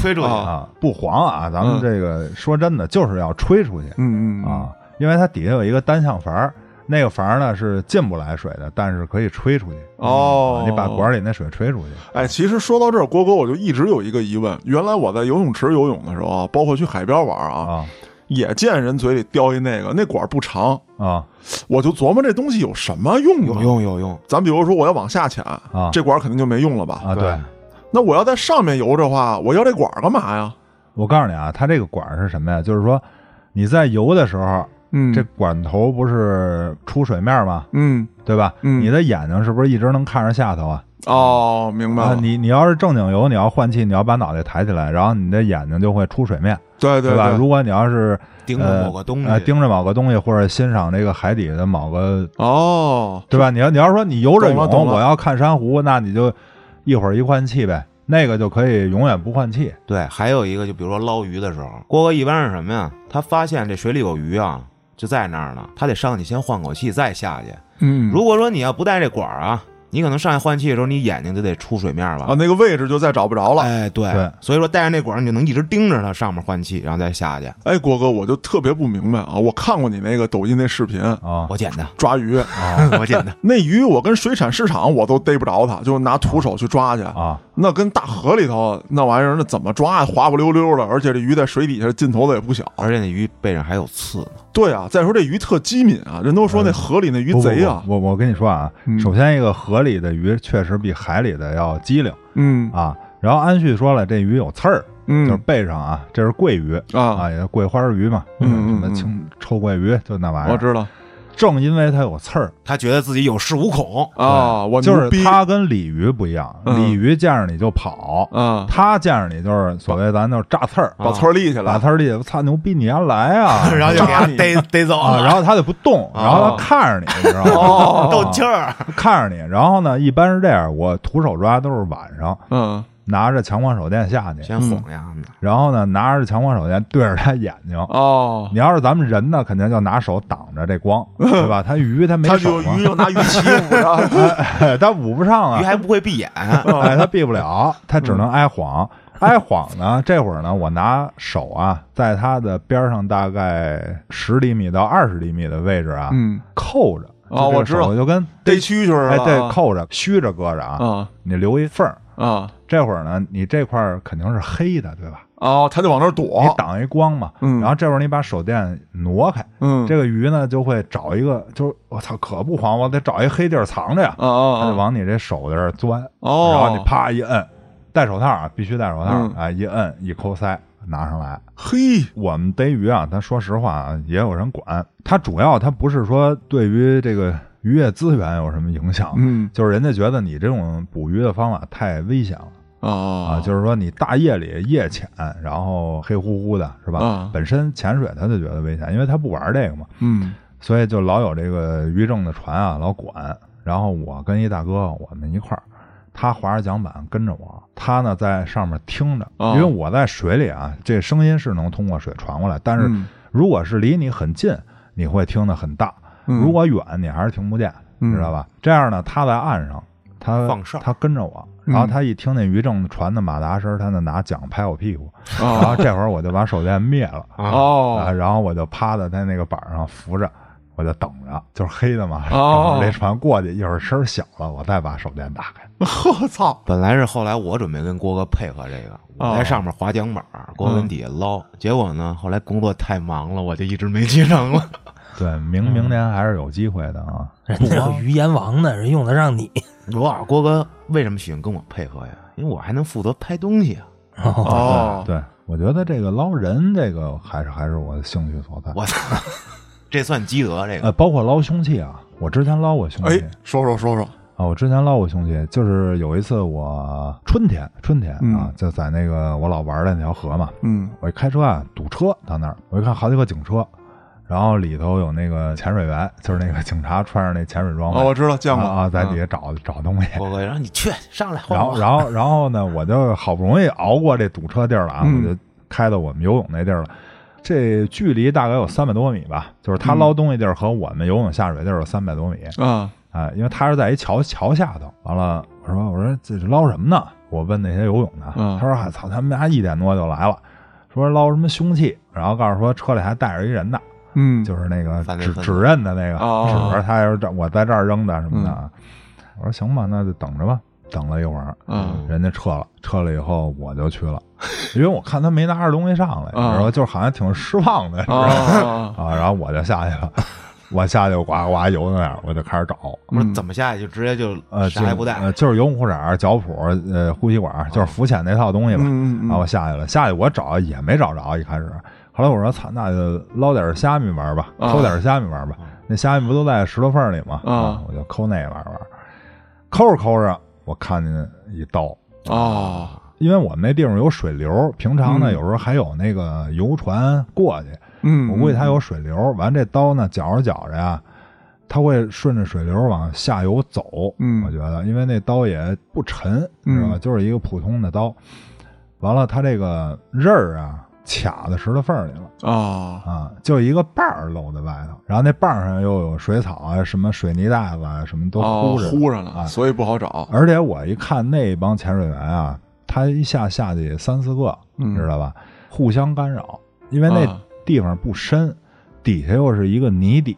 吹出去，啊啊，不黄啊，咱们这个说真的就是要吹出去嗯嗯，啊，因为它底下有一个单向阀儿，那个阀儿呢是进不来水的，但是可以吹出去。哦啊，你把管儿里那水吹出去，哎，其实说到这儿，郭哥，我就一直有一个疑问。原来我在游泳池游泳的时候啊，包括去海边玩啊，啊也见人嘴里叼一那个，那管儿不长，啊我就琢磨这东西有什么用有啊？用有用。咱比如说我要往下潜，这管儿肯定就没用了吧？啊！对，那我要在上面游的话，我要这管儿干嘛呀？我告诉你啊，它这个管儿是什么呀？就是说你在游的时候，嗯，这管头不是出水面吗？嗯对吧？嗯你的眼睛是不是一直能看着下头啊？哦，明白啊，了，你你要是正经游，你要换气，你要把脑袋抬起来，然后你的眼睛就会出水面，对对嗯吧？如果你要是盯着某个东西，呃盯着某个东西，或者欣赏这个海底的某个，哦，对吧？你要你要说你游着懂了懂泳，了我要看珊瑚，那你就一会儿一换气呗，那个就可以永远不换气。对，还有一个就比如说捞鱼的时候，郭哥一般是什么呀？他发现这水里有鱼啊，就在那儿呢，他得上去先换口气再下去。嗯，如果说你要不带这管儿啊，你可能上去换气的时候，你眼睛就得出水面啊了。那个位置就再找不着了。哎，对，对所以说带着那管儿，你就能一直盯着它上面换气，然后再下去。哎，郭哥，我就特别不明白啊，我看过你那个抖音那视频啊我捡 的，抓鱼，我捡的，那鱼我跟水产市场我都逮不着它，就拿徒手去抓去。啊，那跟大河里头那玩意儿，那怎么抓呀？滑不溜溜的，而且这鱼在水底下劲头子也不小。而且那鱼背上还有刺呢。对啊，再说这鱼特机敏啊，人都说那河里那鱼嗯不不贼啊。不我我跟你说啊，嗯首先一个河里的鱼确实比海里的要机灵嗯啊。然后安旭说了，这鱼有刺儿，就是嗯背上啊，这是桂鱼啊，啊，也叫桂花鱼嘛，嗯嗯什么嗯青臭桂鱼，就那玩意我儿。知道正因为它有刺儿，他觉得自己有恃无恐，啊，我就牛是逼它跟鲤鱼不一样，嗯鲤鱼见着你就跑，啊，它见着你就是所谓咱就是扎刺儿，把刺儿立起打来，刺儿立，我操牛逼你原来啊 ，然后就给扎他你哦逮逮走啊，了，哦然后它就不动，然后它看着你，你知道吗？哦，斗气儿。 看着你，然后呢，一般是这样，我徒手抓都是晚上嗯拿着强光手电下去，先哄呀，然后呢拿着强光手电对着它眼睛。哦，你要是咱们人呢，肯定就拿手挡着 这光，对吧？它鱼它没他手啊就嘛 鱼，就拿鱼鳍捂着，哎它捂不上啊嗯鱼，还不会闭眼，哎，它避不 了，它只能挨晃。挨晃呢，这会儿呢，我拿手啊，在它的边上大概十厘米到二十厘米的位置啊，嗯，扣着。哦就这个我知道啊手就跟逮蛐蛐儿哎，了对，扣着，虚着搁着啊，啊你留一缝儿。啊这会儿呢，你这块儿肯定是黑的，对吧？哦，他就往那儿你躲，挡一光嘛。嗯然后这会儿你把手电挪开，嗯，这个鱼呢就会找一个，就是我操，可不慌，我得找一黑地儿藏着呀。啊啊它就啊，往你这手这儿钻，哦然后你啪一摁，戴手套啊，必须戴手套嗯啊，一摁一抠腮拿上来。嘿，我们逮鱼啊，咱说实话啊，也有人管，它主要它不是说对于这个渔业资源有什么影响，嗯就是人家觉得你这种捕鱼的方法太危险了啊啊，就是说你大夜里夜潜，然后黑乎乎的，是吧？啊本身潜水他就觉得危险，因为他不玩这个嘛，嗯所以就老有这个渔政的船啊老管。然后我跟一大哥我们一块儿，他划着桨板跟着我，他呢在上面听着，啊因为我在水里啊，这声音是能通过水传过来，但是嗯如果是离你很近，你会听得很大。嗯如果远，你还是听不见，嗯知道吧？这样呢，他在岸上，他放哨他跟着我，嗯然后他一听那于正传的马达声，他就拿桨拍我屁股，然啊后这会儿我就把手电灭了，啊，哦然后我就趴在他那个板上扶着。我就等着，就是黑的嘛，哦等着这船过去，一会儿声小了，我再把手电打开。我 操，本来是后来我准备跟郭哥配合这个，我在上面划桨板，郭哥跟底下捞。结果呢，后来工作太忙了，我就一直没去成了。对，明嗯明年还是有机会的啊。人家有鱼阎王呢，人用得上你。 我啊郭哥为什么喜欢跟我配合呀？因为我还能负责拍东西啊！哦，对，我觉得这个捞人，这个还是还是我的兴趣所在。我操， 这算积德这个呃，包括捞凶器啊，我之前捞过凶哎器，，说说说说，啊，我之前捞过凶器，就是有一次我春天，春天啊嗯，就在那个我老玩的那条河嘛，嗯我一开车啊堵车到那儿，我一看好几个警车，然然后里头有那个潜水员，就是那个警察穿上那潜水装备哦，我知道见过啊啊，在底嗯下找找东西。郭哥让你去上来，换然后，我。然后，然后呢，我就好不容易熬过这堵车地儿了啊，嗯我就开到我们游泳那地儿了。这距离大概有三百多米吧，就是嗯他捞东西地儿和我们游泳下水地儿有三百多米啊，啊，因为他是在一桥桥下头。完了，我说我说这是捞什么呢？我问那些游泳的，嗯他说啊操，他们家一点多就来了，说捞什么凶器，然后告诉说车里还带着一人呢，嗯，就是那个犯罪指分子指认的那个哦嗯指着他要是这我在这儿扔的什么的啊。我说行吧，那就等着吧。等了一会儿，嗯人家撤了，撤了以后我就去了，因为我看他没拿着东西上来，啊然后就好像挺失望的啊啊，啊，然后我就下去了，我下去呱呱游那样， 我就开始找，我说怎么下去就直接嗯就呃，啥也就不带，呃就是游泳裤衩、脚蹼、呃呼吸管，就是浮潜那套东西吧。嗯嗯然后我下去了，啊下去我找也没找着，一开始，后来我说操，那就捞点虾米玩吧，啊抠点虾米玩吧，那虾米不都在石头缝里吗？啊我就抠那玩玩，抠着抠着，我看见一刀。嗯啊，因为我们那地方有水流，平常呢嗯有时候还有那个游船过去，嗯，我估计它有水流，完这刀呢绞着绞着呀，它会顺着水流往下游走。嗯我觉得，因为那刀也不沉，嗯知道吧？就是一个普通的刀。完了，它这个刃儿啊卡在石头缝儿里了啊，啊，就一个把儿露在外头，然后那把儿上又有水草啊、什么水泥袋子啊、什么都哦糊着、糊着了，啊。所以不好找。而且我一看那帮潜水员啊，他一下下去三四个，嗯知道吧？互相干扰，因为那啊地方不深，底下又是一个泥底，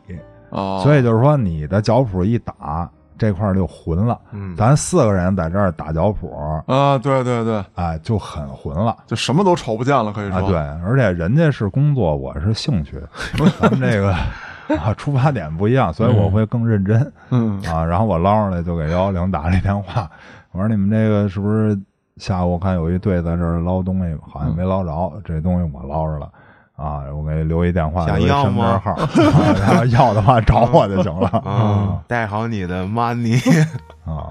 哦，所以就是说你的脚蹼一打，这块儿就浑了。嗯，咱四个人在这儿打脚蹼，啊，对对对，啊，就很浑了。就什么都瞅不见了，可以啊，说对，而且人家是工作，我是 兴趣，咱们这个啊出发点不一样，所以我会更认真。嗯啊，然后我捞上来就给幺幺零打了一电话，我说你们这个是不是下午我看有一队在这儿捞东西，好像没捞嗯着，这东西我捞着了。啊，我给留一电话，想留一要身吗份号，啊然后 要的话找我就行了。 啊，带好你的 money，啊，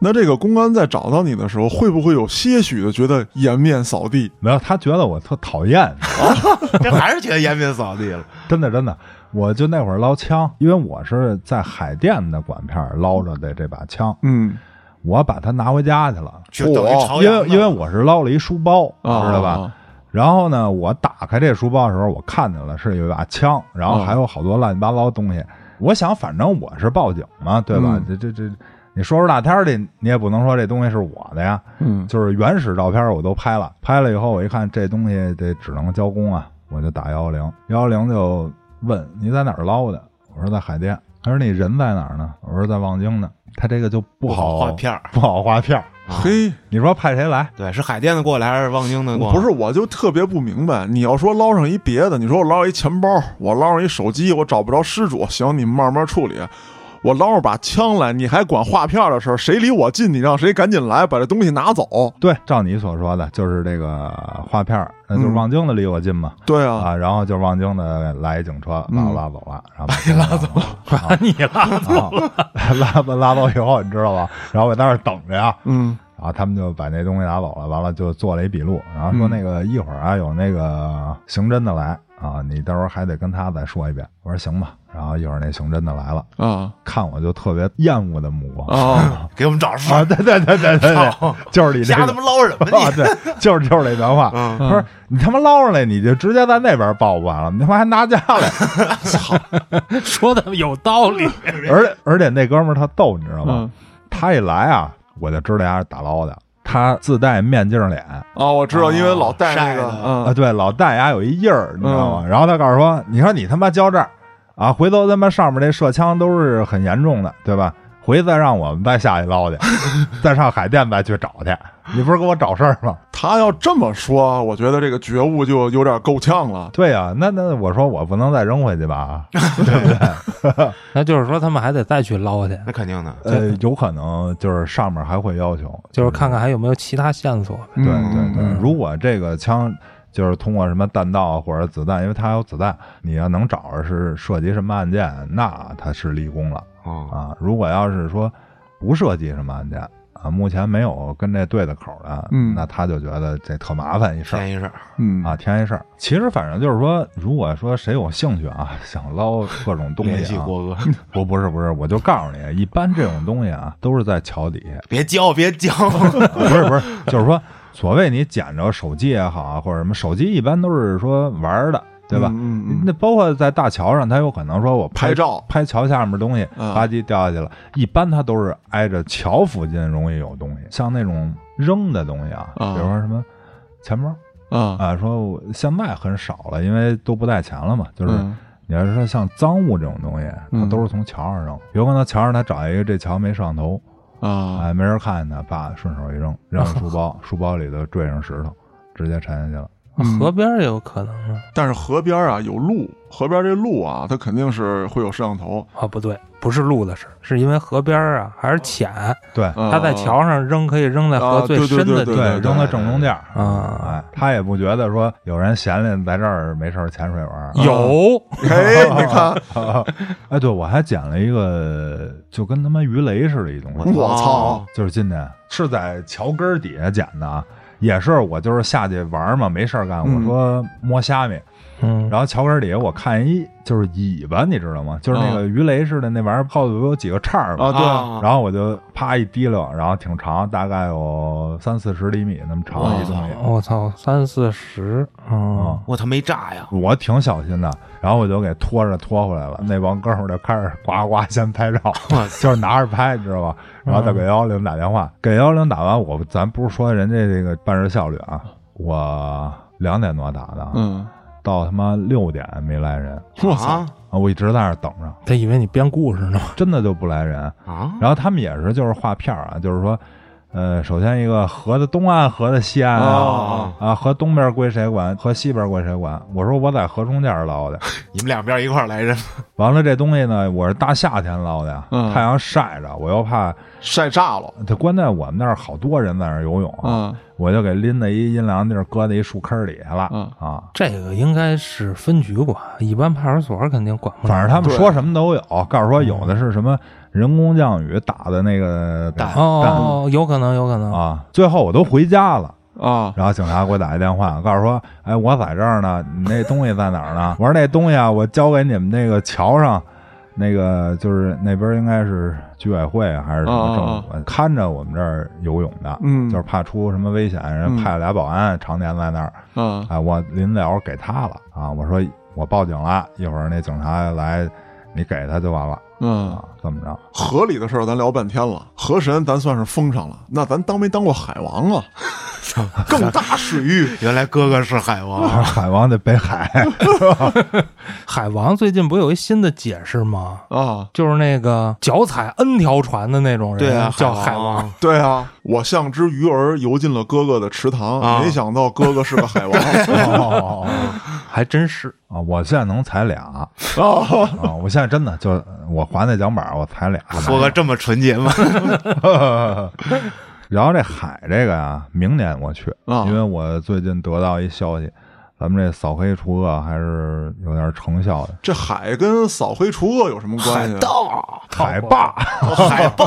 那这个公安在找到你的时候，会不会有些许的觉得颜面扫地？没有，他觉得我特讨厌， 这还是觉得颜面扫地了。真的真的，我就那会儿捞枪，因为我是在海淀的管片儿捞着的这把枪，嗯我把它拿回家去了，就等于朝因阳为呢因为我是捞了一书包，啊，知道吧？然后呢，我打开这书包的时候，我看见了是有一把枪，然啊后还有好多乱七八糟的东西。我想，反正我是报警嘛，对吧？嗯这这这，你说说大天儿的，你也不能说这东西是我的呀。嗯就是原始照片我都拍了，拍了以后我一看这东西得只能交工啊，我就打幺幺零，幺幺零就问你在哪儿捞的？我说在海淀。他说你人在哪儿呢？我说在望京呢。他这个就不好不好画啊片儿 不好画片儿。嘿，你说派谁来？对，是海淀的过来还是望京的过来？不是，我就特别不明白，你要说捞上一别的，你说我捞上一钱包，我捞上一手机，我找不着失主，行，你们慢慢处理。我捞上把枪来，你还管划片的事儿？谁离我近，你让谁赶紧来把这东西拿走。对，照你所说的，就是这个画片儿，那就是嗯望京的离我近嘛、对啊，啊，然后就是望京的来一警车把我嗯拉走了，然后把你拉走了，啊把你拉走了，啊拉走拉走以后你知道吧？然后我在那儿等着呀，嗯然后他们就把那东西拿走了，完了就做了一笔录，然后说嗯那个一会儿啊有那个刑侦的来啊，你到时候还得跟他再说一遍。我说行吧，然后一会儿那刑侦的来了，啊看我就特别厌恶的目光 啊，给我们找事啊，儿，对对对对对对，就是你这瞎个他妈捞什么啊，你？ 对，就是就是这段话。嗯他说你他妈捞上来，你就直接在那边报不完了，你他妈还拿家 来， 说的有道理， 而且而且那哥们儿他逗，你知道吗嗯？他一来啊，我就知道他是打捞的。他自带面镜脸啊，我知道，因为老戴那晒个的啊，啊对，老戴牙有一印儿，你知道吗？然后他告诉说，你说你他妈交这儿啊，回头他妈上面这射枪都是很严重的，对吧？回去再让我们再下去捞去， 再上海淀再去找去。你不是给我找事儿吗？他要这么说，我觉得这个觉悟就有点够呛了。对呀、那那我说我不能再扔回去吧？啊那就是说他们还得再去捞去，那肯定的，呃，有可能就是上面还会要求，就是看看还有没有其他线索。对对对对嗯，如果这个枪就是通过什么弹道啊或者子弹，因为它有子弹，你要能找着是涉及什么案件，那它是立功了 啊，啊。如果要是说不涉及什么案件啊，目前没有跟这对的口的，嗯那他就觉得这特麻烦一事儿。添一事儿，嗯啊，添一事儿。其实反正就是说，如果说谁有兴趣啊， 想捞各种东联西系啊， 郭哥，不不是不是，我就告诉你，一般这种东西啊，都是在桥底下，别教别 教， 不是不是，就是说，所谓你捡着手机也好啊，或者什么手机，一般都是说玩儿的，对吧？嗯嗯嗯那包括在大桥上，他有可能说我拍拍照拍桥下面的东西，啊吧唧掉下去了。一般它都是挨着桥附近容易有东西，像那种扔的东西啊，啊比如说什么钱包啊，啊，说我现在很少了，因为都不带钱了嘛，就是。嗯你要是说像赃物这种东西，它嗯都是从桥上扔，有可能桥上他找一个这桥没摄像头，啊，哎，没人看见他，叭，顺手一扔，扔书包，书包里头坠上石头，直接沉下去了。嗯河边儿也有可能啊。但是河边啊有路，河边这路啊，它肯定是会有摄像头。啊，不对，不是路的事儿，是因为河边儿啊还是浅，对呃它在桥上扔可以扔在河啊最哦对对深的对地对方。扔在正中间儿啊哎，他也不觉得说有人闲着在这儿没事儿潜水玩儿。有 哎，你看，哎，对，我还捡了一个，就跟他妈鱼雷似的一东 西。我操！就是今天是在桥根儿底下捡的啊，也是我就是下去玩儿嘛，没事儿干，我嗯说摸虾米，嗯，然后桥根儿底下我看一就是尾巴，你知道吗？就是那个鱼雷似的那玩意儿，后头不有几个叉儿吗？啊对啊然后我就啪一提溜，然后挺长，大概有三四十厘米那么长的一东西。我操，三四十啊嗯，我他没炸呀，我挺小心的，然后我就给拖着拖回来了。那帮哥们儿就开始呱呱先拍照，就是拿着拍，你知道吧？然后再给幺幺零打电话，给幺幺零打完，我咱不是说人家这个办事效率啊，我两点多打的，嗯，到他妈六点没来人我操啊，啊，我一直在那儿等着，他以为你编故事呢。真的就不来人。啊，然后他们也是就是画片儿啊，就是说，呃，首先一个河的东岸，河的西岸啊。啊，啊，河东边归谁管？河西边归谁管？我说我在河中间捞的，你们两边一块儿来人，完了这东西呢，我是大夏天捞的呀，嗯太阳晒着，我又怕晒炸了它关键我们那儿好多人在那儿游泳，啊我就给拎到一阴凉地儿，搁在一树坑里去了、嗯啊。这个应该是分局管，一般派出所肯定管不了。反正他们对嗯说什么都有，告诉说有的是什么人工降雨打的那个蛋哦哦，有可能，有可能。啊，最后我都回家了。啊然后警察给我打一电话，告诉说：“哎，我在这儿呢，你那东西在哪儿呢？” 我说：“那东西啊，我交给你们那个桥上，那个就是那边应该是居委会还是什么政府、看着我们这儿游泳的，哦嗯就是怕出什么危险，人嗯派俩保安常年在那儿。啊哎，我临了给他了啊，我说我报警了，一会儿那警察来，你给他就完了嗯啊，，这么着？ 河里的事儿咱聊半天了，河神咱算是封上了，那咱当没当过海王 啊？更大水域原来哥哥是海 王，海王得北海，海王最近不有一新的解释吗？啊！就是那个脚踩 N 条船的那种人，对啊，叫海王。王，对啊，我像只鱼儿游进了哥哥的池塘，啊没想到哥哥是个海王 哦还真是。啊，我现在能踩俩啊！我现在真的就我划那桨板儿，我踩俩。郭哥这么纯洁吗？然后这海这个呀、明年我去，啊因为我最近得到一消息，咱们这扫黑除恶还是有点成效的。这海跟扫黑除恶有什么关系啊？盗海霸，海霸，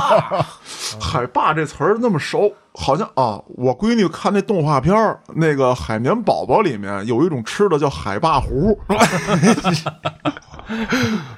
海霸这词儿那么熟，好像啊，我闺女看那动画片儿，那个《海绵宝宝》里面有一种吃的叫海霸糊。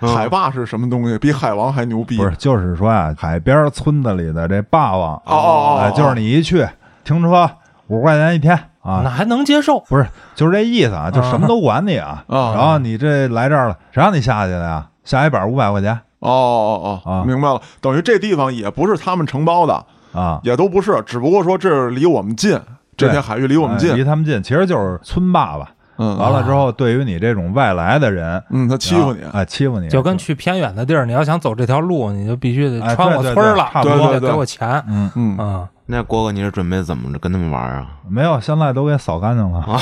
海霸是什么东西？比海王还牛逼？不是，就是说呀、海边村子里的这霸王，哦哦哦哎就是你一去停车五块钱一天啊，那还能接受。不是，就是这意思啊，就什么都管你啊。 啊然后你这来这儿了，谁让你下去的呀？下一板五百块钱哦哦哦啊哦，明白了，等于这地方也不是他们承包的，啊，也都不是，只不过说这儿离我们近，这对片海域离我们哎啊离近。他们近，其实就是村霸吧。嗯完了之后，对于你这种外来的人，嗯，他欺负你啊，哎欺负你，就跟去偏远的地儿，你要想走这条路，你就必须得哎穿对我对村儿对了，差不多你得对对给我钱啊、嗯，嗯 那郭哥你是准备怎么着跟他们玩啊？没有，现在都给扫干净啊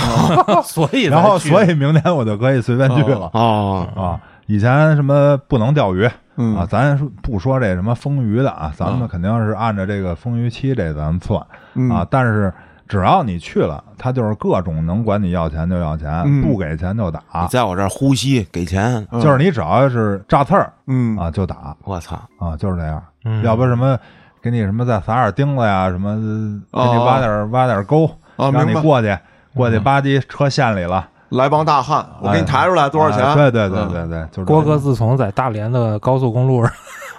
了。 所以然后，咱去所以明天我就可以随便去了哦，啊。以前什么不能钓鱼啊，嗯咱说不说这什么丰渔的啊，咱们嗯肯定是按照这个丰渔期这咱们算嗯啊。但是只要你去了，他就是各种能管你要钱就要钱，嗯不给钱就打，啊你在我这儿呼吸给钱，嗯就是你只要是扎刺儿嗯啊就打我操，啊，就是这样。嗯要不什么给你什么再撒点钉子呀，什么给你哦挖点、挖点沟，啊，让明你白。嗯过去，过去吧唧车陷里了，来帮大汉，我给你抬出来多少钱？哎对对对嗯对对，就是郭这哥种。自从在大连的高速公路上，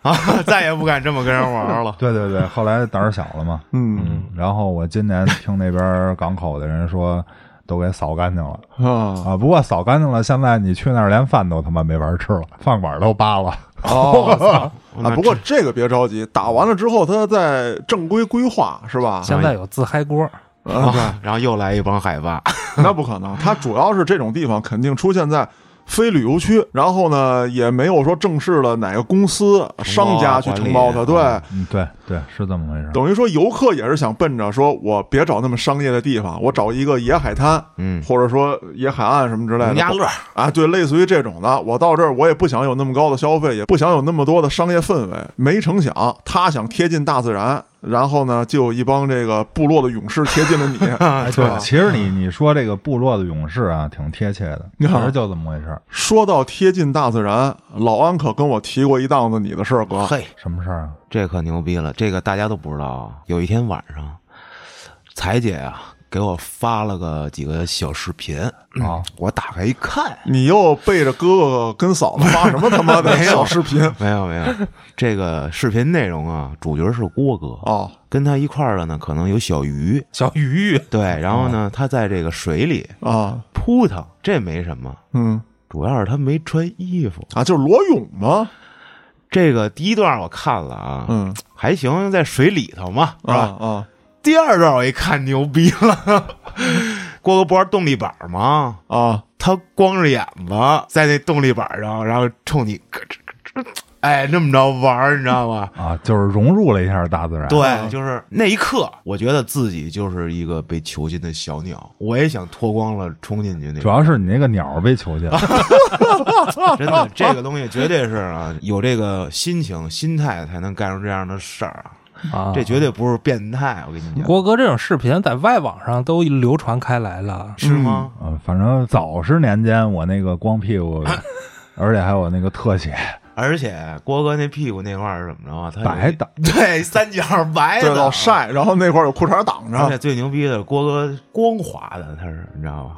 啊，再也不敢这么跟人玩了 对对对，后来胆儿小了嘛，嗯然后我今年听那边港口的人说，都给扫干净了啊啊。不过扫干净了，现在你去那儿连饭都他妈没法吃了，饭馆都扒了。 哦那啊！不过这个别着急，打完了之后，他再正规规划是吧？现在有自嗨锅，啊，然后又来一帮海霸，那不可能，它主要是这种地方肯定出现在非旅游区，然后呢也没有说正式的哪个公司、商家去承包它，管理对啊。嗯，对对，是这么回事。等于说，游客也是想奔着说，我别找那么商业的地方，我找一个野海滩，嗯，或者说野海岸什么之类的，农家乐啊，对，类似于这种的。我到这儿，我也不想有那么高的消费，也不想有那么多的商业氛围。没成想，他想贴近大自然，然后呢，就有一帮这个部落的勇士贴近了你，哎，对吧对，其实你你说这个部落的勇士啊，挺贴切的，其实就这么回事儿。说到贴近大自然，老安可跟我提过一档子你的事儿，哥。嘿，什么事儿啊？这可牛逼了，这个大家都不知道啊。有一天晚上，彩姐啊给我发了个几个小视频嗯啊，我打开一看，你又背着哥哥跟嫂子发什么他妈的没有小视频？ 没有没有，这个视频内容啊，主角是郭哥，哦，跟他一块儿的呢可能有小鱼，小鱼 鱼对，嗯然后呢他在这个水里啊，扑腾，这没什么，嗯主要是他没穿衣服。啊，就是裸泳吗？这个第一段我看了啊，嗯还行，在水里头嘛，是啊吧？啊，第二段我一看牛逼了， 郭哥不玩动力板吗？啊，他光着眼子在那动力板上，然后冲你咯吱咯吱，哎，那么着玩儿，你知道吗？啊，就是融入了一下大自然。对，就是那一刻，我觉得自己就是一个被囚禁的小鸟，我也想脱光了冲进去那主种。要是你那个鸟儿被囚禁了。真的，这个东西绝对是啊，有这个心情、心态才能干出这样的事儿啊，啊，这绝对不是变态。我跟你讲，郭哥这种视频在外网上都流传开来了，是吗？嗯，反正早十年间，我那个光屁股，而且还有那个特写而且郭哥那屁股那块儿是怎么着啊？他有白的，对， 三角白对，的，老晒，然后那块儿有裤衩挡而着啊且，最牛逼的是郭哥光滑的，他是你知 道吗？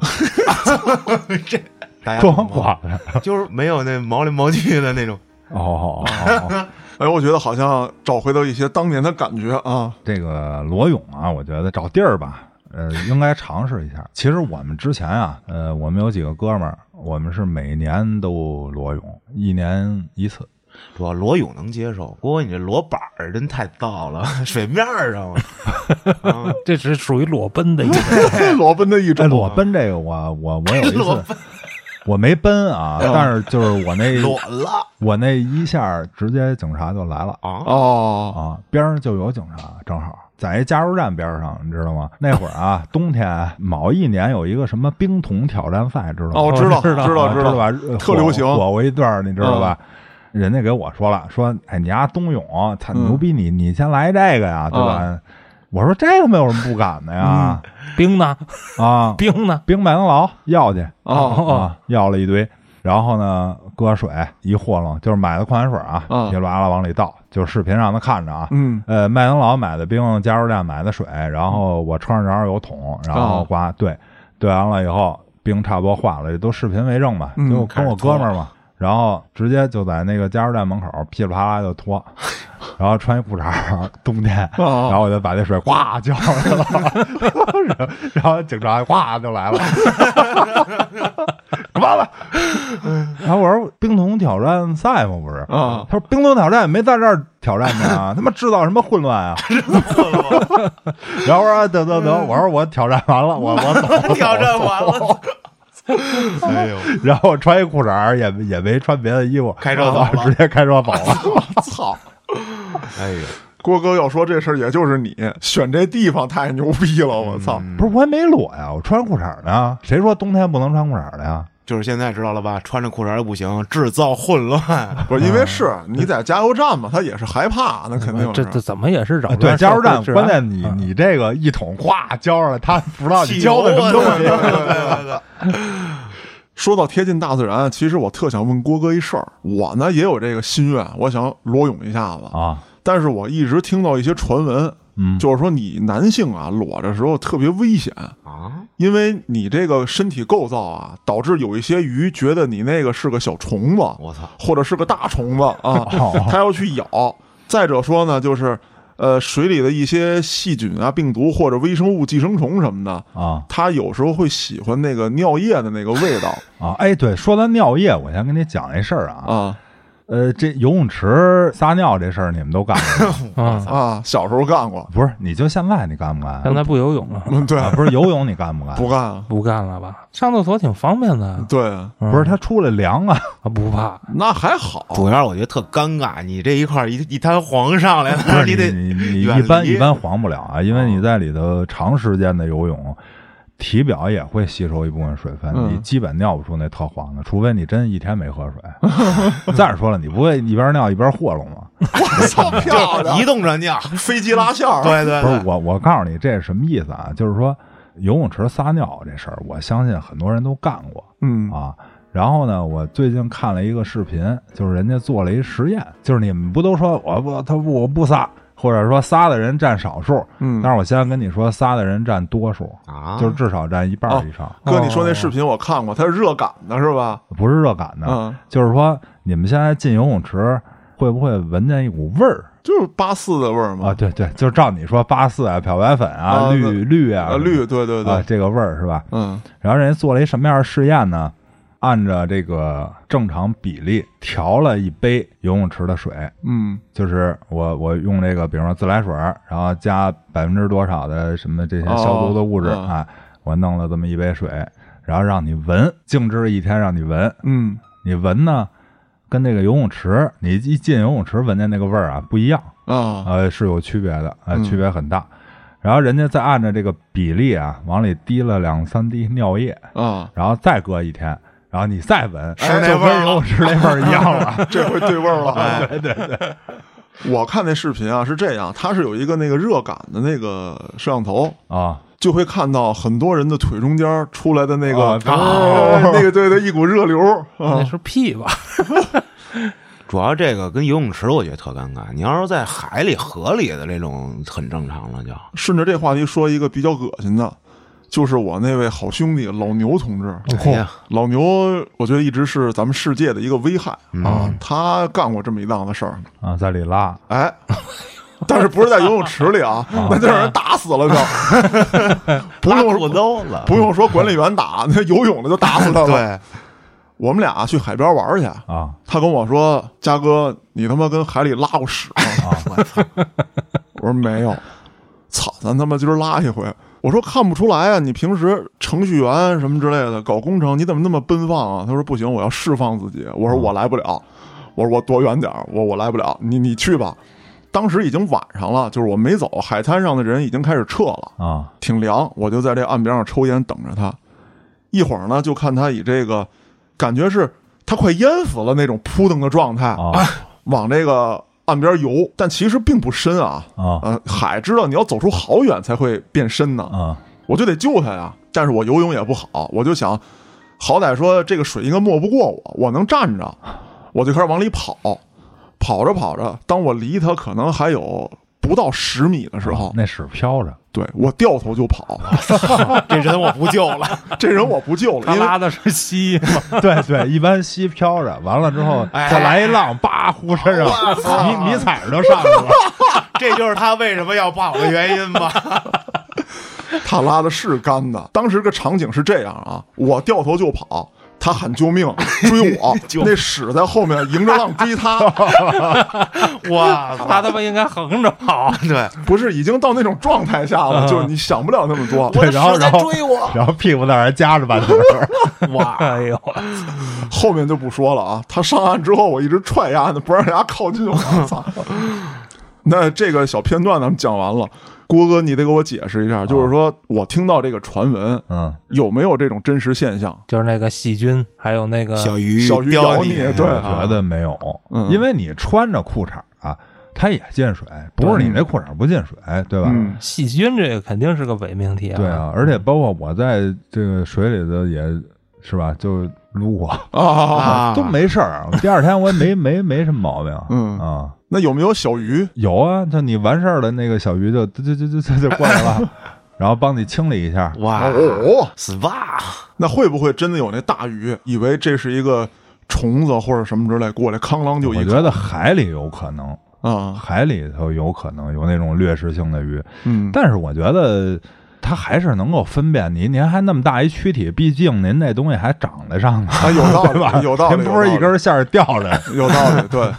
这大家懂吗装垮的。 就是没有那毛里毛气的那种。哦哦哦哦，哎，我觉得好像找回到一些当年的感觉啊。这个裸泳啊，我觉得找地儿吧，呃，应该尝试一下。其实我们之前啊，呃，我们有几个哥们儿，我们是每年都裸泳，一年一次。主要裸泳能接受，郭哥你这裸板儿真太燥了，水面儿上这只是属于裸奔 的一种。裸奔的一哎，种，裸奔这个我我我有啊 一裸哎次，我没奔啊，但是就是我那裸了我那一下儿，直接警察就来了。啊！哦啊，边上就有警察，正好在一加油站边上，你知道吗？那会儿啊，冬天某一年有一个什么冰桶挑战赛，知道吗？哦，我知道，知啊知道，知道吧？呃特流行火火过一段儿，你知道吧？人家给我说了，说哎，你丫冬泳，他嗯牛逼你，你先来这个呀，对吧？我说这他妈有什么不敢的呀？冰呢？啊，冰呢？冰麦当劳要去嗯哦啊，要了一堆，然后呢，搁水一和弄，就是买的矿泉水啊，嗯一拉拉往里倒，就是视频让他看着啊。嗯呃，麦当劳买的冰，加油站买的水，然后我车上正好有桶，然哦后刮兑，兑完了以后冰差不多化了，这都视频为证嘛，嗯就跟我哥们儿嘛，然后直接就在那个加油站门口噼里啪啦就脱， 然后穿一裤衩儿，冬天，哦然后我就把那水呱浇上来了， 然后警察呱就来了，干 嘛了？然后我说冰桶挑战赛嘛，不是？啊他说冰桶挑战没在这儿挑战呢啊，他妈制造什么混乱啊！ 然后我说得得得，我说我挑战完了，我我 走挑战完哦了，哎呦，然后我穿一裤衩儿也也没穿别的衣服，开车走了啊 直接开车走了。操！哎呦，郭哥要说这事儿，也就是你选这地方太牛逼了，我操！不是我也没裸呀，我穿裤衩儿呢。谁说冬天不能穿裤衩儿的呀？就是现在知道了吧？穿着裤衩儿不行，制造混乱。不是因为是你在加油站嘛，他也是害怕，那肯定是啊嗯这这怎么也是扰嗯啊乱对，加油站社会治安啊关键你你这个一桶咵浇上来，他不知道你汽浇的油什么啊东对西。对对对对说到贴近大自然，其实我特想问郭哥一事儿，我呢也有这个心愿，我想裸泳一下子。啊但是我一直听到一些传闻，嗯，就是说你男性啊裸的时候特别危险，啊，因为你这个身体构造啊，导致有一些鱼觉得你那个是个小虫子，我操，或者是个大虫子啊， 哦它要去咬。再者说呢，就是呃，水里的一些细菌啊、病毒或者微生物、寄生虫什么的，啊它有时候会喜欢那个尿液的那个味道啊！哎，对，说到尿液，我先跟你讲一事儿啊。啊呃，这游泳池撒尿这事儿你们都干过吗？ 啊，啊！小时候干过，不是，你就现在你干不干？现在不游泳了，嗯，对，啊不是游泳你干不干？不干啊，不干了吧？上厕所挺方便的，对，啊嗯不是，它出来凉啊。啊不怕，那还好， 主要是我觉得特尴尬，你这一块儿一一滩黄上来不了，是你得你你远一般离一般黄不了啊，因为你在里头长时间的游泳，体表也会吸收一部分水分，嗯你基本尿不出那特黄的，除非你真一天没喝水。 再者说了，你不会一边尿一边和弄吗？我操，漂移亮，动着尿，飞机拉线儿，对对不是对，我，我告诉你这是什么意思啊？就是说游泳池撒尿这事儿，我相信很多人都干过嗯啊。然后呢，我最近看了一个视频，就是人家做了一实验，就是你们不都说我不他不我不撒，或者说撒的人占少数，嗯，但是我先跟你说，仨的人占多数，啊，就是至少占一半哦儿以上，哥，你说那视频我看过，它是热感的是吧？不是热感的。嗯，就是说，你们现在进游泳池会不会闻见一股味儿就是八四的味儿嘛啊？，对对，就是照你说八四啊、漂白粉啊、嗯啊绿绿啊、啊，绿，对对啊对，这个味儿是吧？嗯然后人家做了一什么样的试验呢？按照这个正常比例调了一杯游泳池的水，嗯就是我我用这个，比如说自来水儿，然后加百分之多少的什么这些哦消毒的物质、嗯啊，我弄了这么一杯水，然后让你闻，静置一天让你闻，嗯，你闻呢，跟那个游泳池，你一进游泳池闻见那个味儿啊不一样，啊，呃是有区别的，呃嗯区别很大。然后人家再按照这个比例啊，往里滴了两三滴尿液，啊，。然后再隔一天，然后你再闻，是那就味儿跟了游泳池那味儿一样了 这回对味儿 了。哎对对对，我看那视频啊是这样，它是有一个那个热感的那个摄像头，啊，就会看到很多人的腿中间出来的那个啊对哎那个对对，一股热流啊嗯那，是屁吧？主要这个跟游泳池我觉得特尴尬，你要是在海里、河里的这种很正常了就，顺着这话题说一个比较恶心的，就是我那位好兄弟老牛同志。哎呀，老牛，我觉得一直是咱们世界的一个危害嗯啊。嗯他干过这么一档子事儿，啊，在里拉哎，但是不是在游泳池里啊？那就让人打死了就，不拉用裤兜了，不用说管理员打，那游泳的就打死他了。对，我们俩去海边玩去，啊他跟我说：“嘉哥，你他妈跟海里拉过屎吗？”啊我操， 我说没有，操，咱他妈今儿拉一回。我说看不出来啊，你平时程序员什么之类的，搞工程，你怎么那么奔放啊？他说不行，我要释放自己。我说我来不了，我说我躲远点儿，我我来不了，你你去吧。当时已经晚上了，就是我没走，海滩上的人已经开始撤了，啊挺凉，我就在这岸边上抽烟等着他。一会儿呢，就看他以这个感觉是他快淹死了那种扑腾的状态，啊往这个岸边游，但其实并不深啊，啊呃，海知道你要走出好远才会变深呢，啊！我就得救他呀。但是我游泳也不好，我就想，好歹说这个水应该没不过我，我能站着，我就开始往里跑，跑着跑着，当我离他可能还有不到十米的时候，啊那啊屎飘着，对我掉头就跑，这人我不救了， 这人我不救了，他因为拉的是 稀吗？对对，一般吸飘着，完了之后哎再来一浪，叭呼身上，迷迷彩儿就上去了。这就是他为什么要跑的原因 吧？，他拉的是干的。当时个场景是这样啊，我掉头就跑，他喊救命追我 救那屎在后面迎着浪追他， 哇操，他他妈应该横着跑，对，不是已经到那种状态下了，就是你想不了那么多。嗯对，然后然后 然后屁股在那儿夹着半截儿，哇！ 哎呦， 后面就不说了啊。他上岸之后，我一直踹丫的，不让丫靠 近我。操！那这个小片段咱们讲完了，郭哥，你得给我解释一下，就是说我听到这个传闻，嗯，有没有这种真实现象？就是那个细菌，还有那个呃小鱼小鱼叼咬你，对我觉得没有，嗯因为你穿着裤衩儿啊，它也进水，不是你那裤衩儿不进水，对吧？嗯细菌，这个肯定是个伪命题啊。对啊，而且包括我在这个水里头也是吧，就撸过啊，啊，啊 都没事儿。第二天我也没没没什么毛病，嗯啊，那有没有小鱼？有啊，就你完事儿了，那个小鱼就就就就就就过 来了，然后帮你清理一下。哇，哦， SPA 那会不会真的有那大鱼，以为这是一个虫子或者什么之类过来，哐啷就我一觉得海里有可能，啊，海里头有可能有那种掠食性的鱼，嗯，但是我觉得它还是能够分辨您。您还那么大一躯体，毕竟您那东西还长得上呢，啊有道理 对吧？有道理您不是一根线儿吊着。有道 理，对，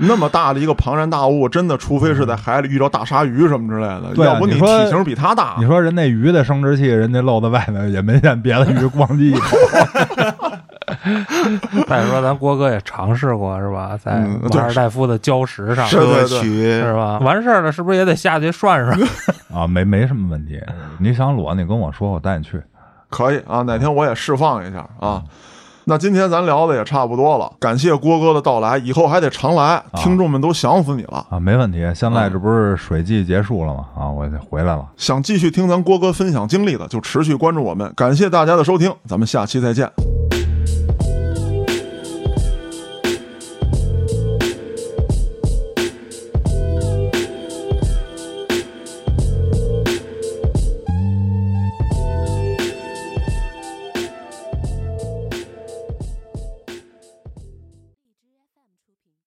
那么大的一个庞然大物，真的，除非是在海里遇到大鲨鱼什么之类的，对啊要不你说体型比它大你，说人那鱼的生殖器，人家露在外面也没见别的鱼咣叽一口。再说咱郭哥也尝试过是吧，在嗯对马尔代夫的礁石上是对对曲是吧？完事儿了，是不是也得下去涮涮？啊，没没什么问题。你想裸，你跟我说，我带你去。可以啊，哪天我也释放一下啊。那今天咱聊的也差不多了，感谢郭哥的到来，以后还得常来，听众们都想死你了。啊，没问题。现在这不是水季结束了吗？啊，我就回来了。想继续听咱郭哥分享经历的，就持续关注我们。感谢大家的收听，咱们下期再见。